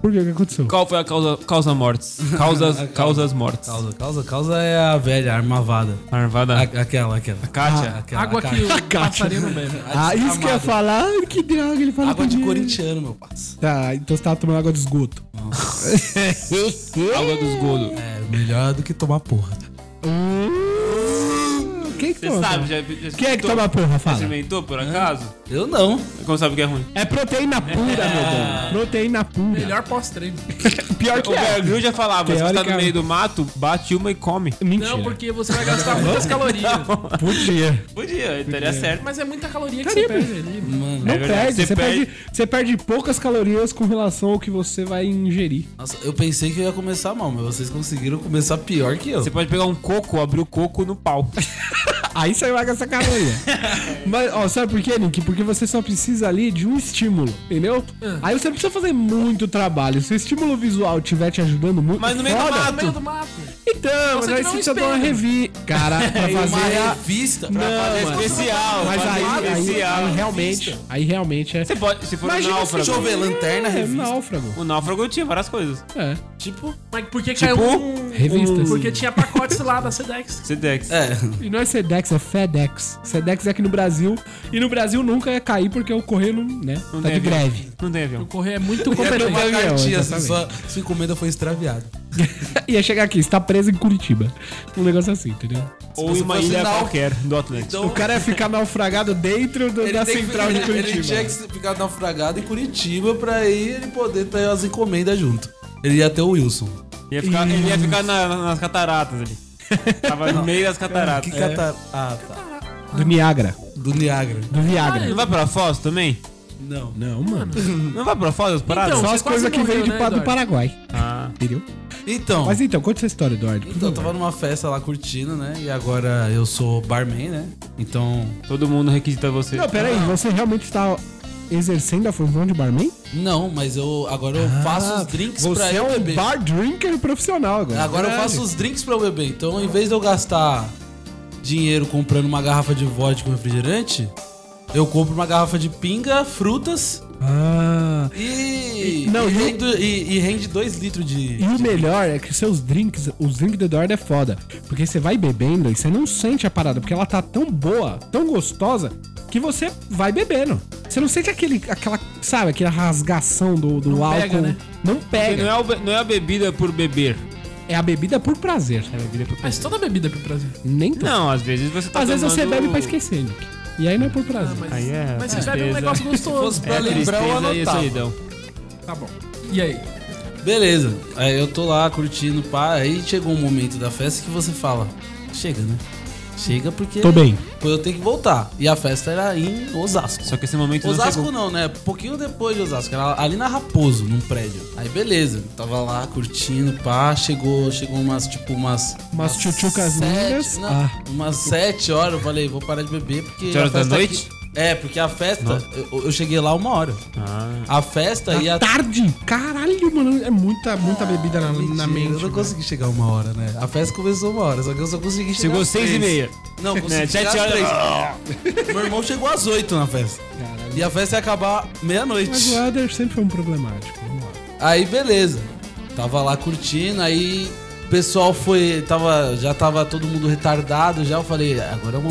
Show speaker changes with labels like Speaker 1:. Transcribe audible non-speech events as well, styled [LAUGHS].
Speaker 1: Por que? O que aconteceu?
Speaker 2: Qual foi a causa, causa mortes? Causas, causas mortes.
Speaker 3: Causa, causa, causa é a velha, a armavada.
Speaker 2: Arvada.
Speaker 3: A- aquela, aquela. Ah,
Speaker 2: Kátia.
Speaker 3: aquela
Speaker 4: Água
Speaker 3: a
Speaker 4: que
Speaker 3: Kátia.
Speaker 4: o passarinho bebe.
Speaker 1: Ah, isso que eu ia
Speaker 3: descamada.
Speaker 1: falar? Que droga, ele
Speaker 3: é
Speaker 1: fala
Speaker 3: Água de
Speaker 1: comigo.
Speaker 3: corintiano, meu parça.
Speaker 1: Tá, então você tava tomando água de esgoto.
Speaker 2: Água dos golos.
Speaker 3: É, melhor do que tomar porra.
Speaker 1: Hum, Quem que
Speaker 2: Você
Speaker 1: toma?
Speaker 2: sabe, já, já
Speaker 1: Quem é que toma porra,
Speaker 2: Já
Speaker 1: fala?
Speaker 2: experimentou, por acaso?
Speaker 3: Eu não.
Speaker 2: Como sabe que é ruim?
Speaker 1: É proteína pura, meu Deus. Proteína pura.
Speaker 4: Melhor
Speaker 2: [LAUGHS]
Speaker 4: pós-treino.
Speaker 1: Pior é.
Speaker 2: O Bear Grylls já falava, se você tá no
Speaker 1: Teoricamente.
Speaker 2: meio do mato, bate uma e come.
Speaker 1: Mentira. é.
Speaker 4: Não, porque você vai gastar muitas calorias.
Speaker 1: Podia.
Speaker 2: Podia, ele teria certo.
Speaker 4: Mas é muita caloria que
Speaker 1: Caramba.
Speaker 4: você perde ali.
Speaker 3: Mano,
Speaker 1: Não
Speaker 2: É verdade,
Speaker 1: perde.
Speaker 2: você
Speaker 1: Você perde, você perde poucas calorias com relação ao que você vai ingerir.
Speaker 3: nossa, eu pensei que eu ia começar mal, mas vocês conseguiram começar pior que eu.
Speaker 2: Você pode pegar um coco, abrir o coco no pau.
Speaker 1: Aí você vai gastar caloria. Mas, ó, sabe por quê, Nick? Porque você só precisa ali de um estímulo, entendeu? Aí você não precisa fazer muito trabalho. Se o estímulo visual estiver te ajudando muito. é
Speaker 2: Mas no meio do
Speaker 1: foda.
Speaker 2: mato,
Speaker 4: No meio do mato.
Speaker 1: Então, mas
Speaker 4: Você
Speaker 1: aí
Speaker 4: tirar
Speaker 1: você
Speaker 4: um
Speaker 1: precisa dar uma
Speaker 4: espelho.
Speaker 1: revi. Cara, pra
Speaker 3: Uma
Speaker 1: fazer a.
Speaker 3: revista pra
Speaker 1: Não,
Speaker 3: fazer
Speaker 1: mano.
Speaker 2: Especial,
Speaker 1: Mas aí,
Speaker 2: fazer
Speaker 1: aí,
Speaker 2: especial.
Speaker 1: aí realmente. Aí realmente é.
Speaker 2: Você pode, se for um
Speaker 1: Imagina se
Speaker 2: náufrago.
Speaker 3: Deixa eu ver, lanterna,
Speaker 1: É,
Speaker 3: revista.
Speaker 1: náufrago.
Speaker 2: O náufrago tinha várias coisas.
Speaker 1: É.
Speaker 2: Um
Speaker 3: Tipo,
Speaker 4: Mas por que
Speaker 2: Tipo,
Speaker 4: caiu um...
Speaker 1: revistas.
Speaker 4: Porque tinha pacotes lá da Sedex.
Speaker 2: Sedex.
Speaker 3: é.
Speaker 1: E não é Sedex, é FedEx. Sedex é aqui no Brasil. E no Brasil nunca ia cair porque o correio não, né?
Speaker 2: Não
Speaker 1: tá
Speaker 2: tem
Speaker 1: de
Speaker 2: avião.
Speaker 1: greve.
Speaker 2: Não tem avião.
Speaker 4: O correio é muito
Speaker 3: Era
Speaker 4: competente.
Speaker 3: uma
Speaker 1: avião,
Speaker 3: cartinha, assim, sua,
Speaker 1: exatamente.
Speaker 3: sua encomenda foi extraviada.
Speaker 1: [LAUGHS] Ia chegar aqui, está preso em Curitiba. Um negócio assim, entendeu?
Speaker 2: Ou em uma
Speaker 3: fosse
Speaker 2: ilha
Speaker 3: nau-
Speaker 2: qualquer do Atlântico.
Speaker 3: Então,
Speaker 1: O cara ia ficar naufragado dentro do- da
Speaker 3: tem que- [LAUGHS]
Speaker 1: central de
Speaker 3: ele- Ele
Speaker 1: Curitiba.
Speaker 3: tinha que ficar naufragado em Curitiba pra aí ele poder ter as encomendas junto. Ele ia ter o Wilson.
Speaker 2: Ia ficar- ele ia ficar na- na- nas
Speaker 1: [LAUGHS]
Speaker 2: cataratas ali. Tava no meio das
Speaker 3: Que
Speaker 2: cataratas.
Speaker 3: catar... Ah, tá.
Speaker 1: Do Niagara.
Speaker 3: Do Niagara.
Speaker 1: Do Viagra.
Speaker 2: Não vai pra Foz também?
Speaker 3: Não.
Speaker 1: Não, mano.
Speaker 2: Não vai pra Foz as paradas?
Speaker 4: Então,
Speaker 1: Só
Speaker 4: você
Speaker 1: as coisas
Speaker 4: quase
Speaker 1: que vêm
Speaker 4: morreu,
Speaker 1: de
Speaker 4: né,
Speaker 1: pa- do
Speaker 4: Eduardo?
Speaker 1: Paraguai.
Speaker 2: Ah.
Speaker 1: Entendeu?
Speaker 3: Então,
Speaker 1: Mas então, conta essa história, Eduardo. por
Speaker 3: então, eu
Speaker 1: favor.
Speaker 3: tava numa festa lá curtindo, né? E agora eu sou barman, né? Então,
Speaker 2: Todo mundo requisita você.
Speaker 1: Não, peraí, você realmente está exercendo a função de barman?
Speaker 3: não, mas eu agora eu faço os drinks pra
Speaker 1: Ah, Você é
Speaker 3: eu
Speaker 1: um é
Speaker 3: beber.
Speaker 1: bar drinker profissional agora.
Speaker 3: Agora eu
Speaker 1: Caralho.
Speaker 3: faço os drinks pra eu beber. Então, em vez de eu gastar dinheiro comprando uma garrafa de vodka com refrigerante, eu compro uma garrafa de pinga, frutas
Speaker 1: Ah.
Speaker 3: e.
Speaker 1: Não,
Speaker 3: e,
Speaker 1: e o-
Speaker 3: rende, e, e rende dois litros de.
Speaker 1: E o melhor é que os seus drinks, os drinks do Eduardo é foda. Porque você vai bebendo e você não sente a parada, porque ela tá tão boa, tão gostosa, que você vai bebendo. Você não sente aquele, aquela, sabe, aquela rasgação do, do
Speaker 4: Não
Speaker 1: álcool.
Speaker 4: pega, né?
Speaker 1: Não
Speaker 2: Porque
Speaker 1: pega.
Speaker 2: Não é, o be- não é a bebida por beber.
Speaker 1: É a bebida por prazer.
Speaker 2: É a bebida por
Speaker 4: Mas toda bebida é pro Brasil.
Speaker 1: Nem tanto.
Speaker 2: Não, às vezes você tá
Speaker 1: Às vezes você
Speaker 2: tomando-
Speaker 1: bebe pra esquecer, Nick. E aí não é por prazer.
Speaker 4: Ah, mas,
Speaker 2: Aí é
Speaker 4: mas você bebe um
Speaker 2: tristeza.
Speaker 4: negócio gostoso.
Speaker 3: pra
Speaker 2: É
Speaker 3: lembrar, eu
Speaker 2: tristeza e
Speaker 3: anotava.
Speaker 2: solidão.
Speaker 1: Tá bom.
Speaker 4: E aí?
Speaker 3: Beleza. Aí eu tô lá curtindo, pá. Aí chegou um momento da festa que você fala: Chega, né? Chega porque.
Speaker 1: Tô bem.
Speaker 3: Pô, eu tenho que voltar. E a festa era em Osasco.
Speaker 2: Só que esse momento não
Speaker 3: Osasco
Speaker 2: chegou.
Speaker 3: não, né? Pouquinho depois de Osasco, era ali na Raposo, num prédio. Aí beleza, tava lá curtindo, pá, chegou, chegou umas, tipo, umas.
Speaker 1: Umas tchutchucas
Speaker 3: sete-
Speaker 1: lindas.
Speaker 3: não,
Speaker 1: Ah.
Speaker 3: Umas sete horas, eu falei, vou parar de beber porque.
Speaker 2: Sete
Speaker 3: a
Speaker 2: horas da
Speaker 3: festa
Speaker 2: noite?
Speaker 3: aqui- É, porque a festa, eu, eu cheguei lá uma hora.
Speaker 2: Ah.
Speaker 3: é A festa
Speaker 1: Da
Speaker 3: ia.
Speaker 1: tarde? Caralho, mano. É muita, muita bebida na, na
Speaker 3: Mentira,
Speaker 1: mente.
Speaker 3: Eu não
Speaker 1: velho.
Speaker 3: consegui chegar uma hora, né? A festa começou uma hora, só que eu só consegui chegar.
Speaker 2: Chegou
Speaker 3: às
Speaker 2: seis e
Speaker 3: três.
Speaker 2: meia. [LAUGHS]
Speaker 3: Não, consegui
Speaker 2: Né,
Speaker 3: chegar
Speaker 2: sete
Speaker 3: às
Speaker 2: horas.
Speaker 3: três. Meu irmão chegou às oito na festa. E a festa ia acabar
Speaker 1: Mas
Speaker 3: meia-noite.
Speaker 1: o Elder sempre foi um problemático. Vamos lá.
Speaker 3: Aí beleza. Tava lá curtindo, aí o pessoal foi. Tava, já tava todo mundo retardado já. Eu falei, agora é o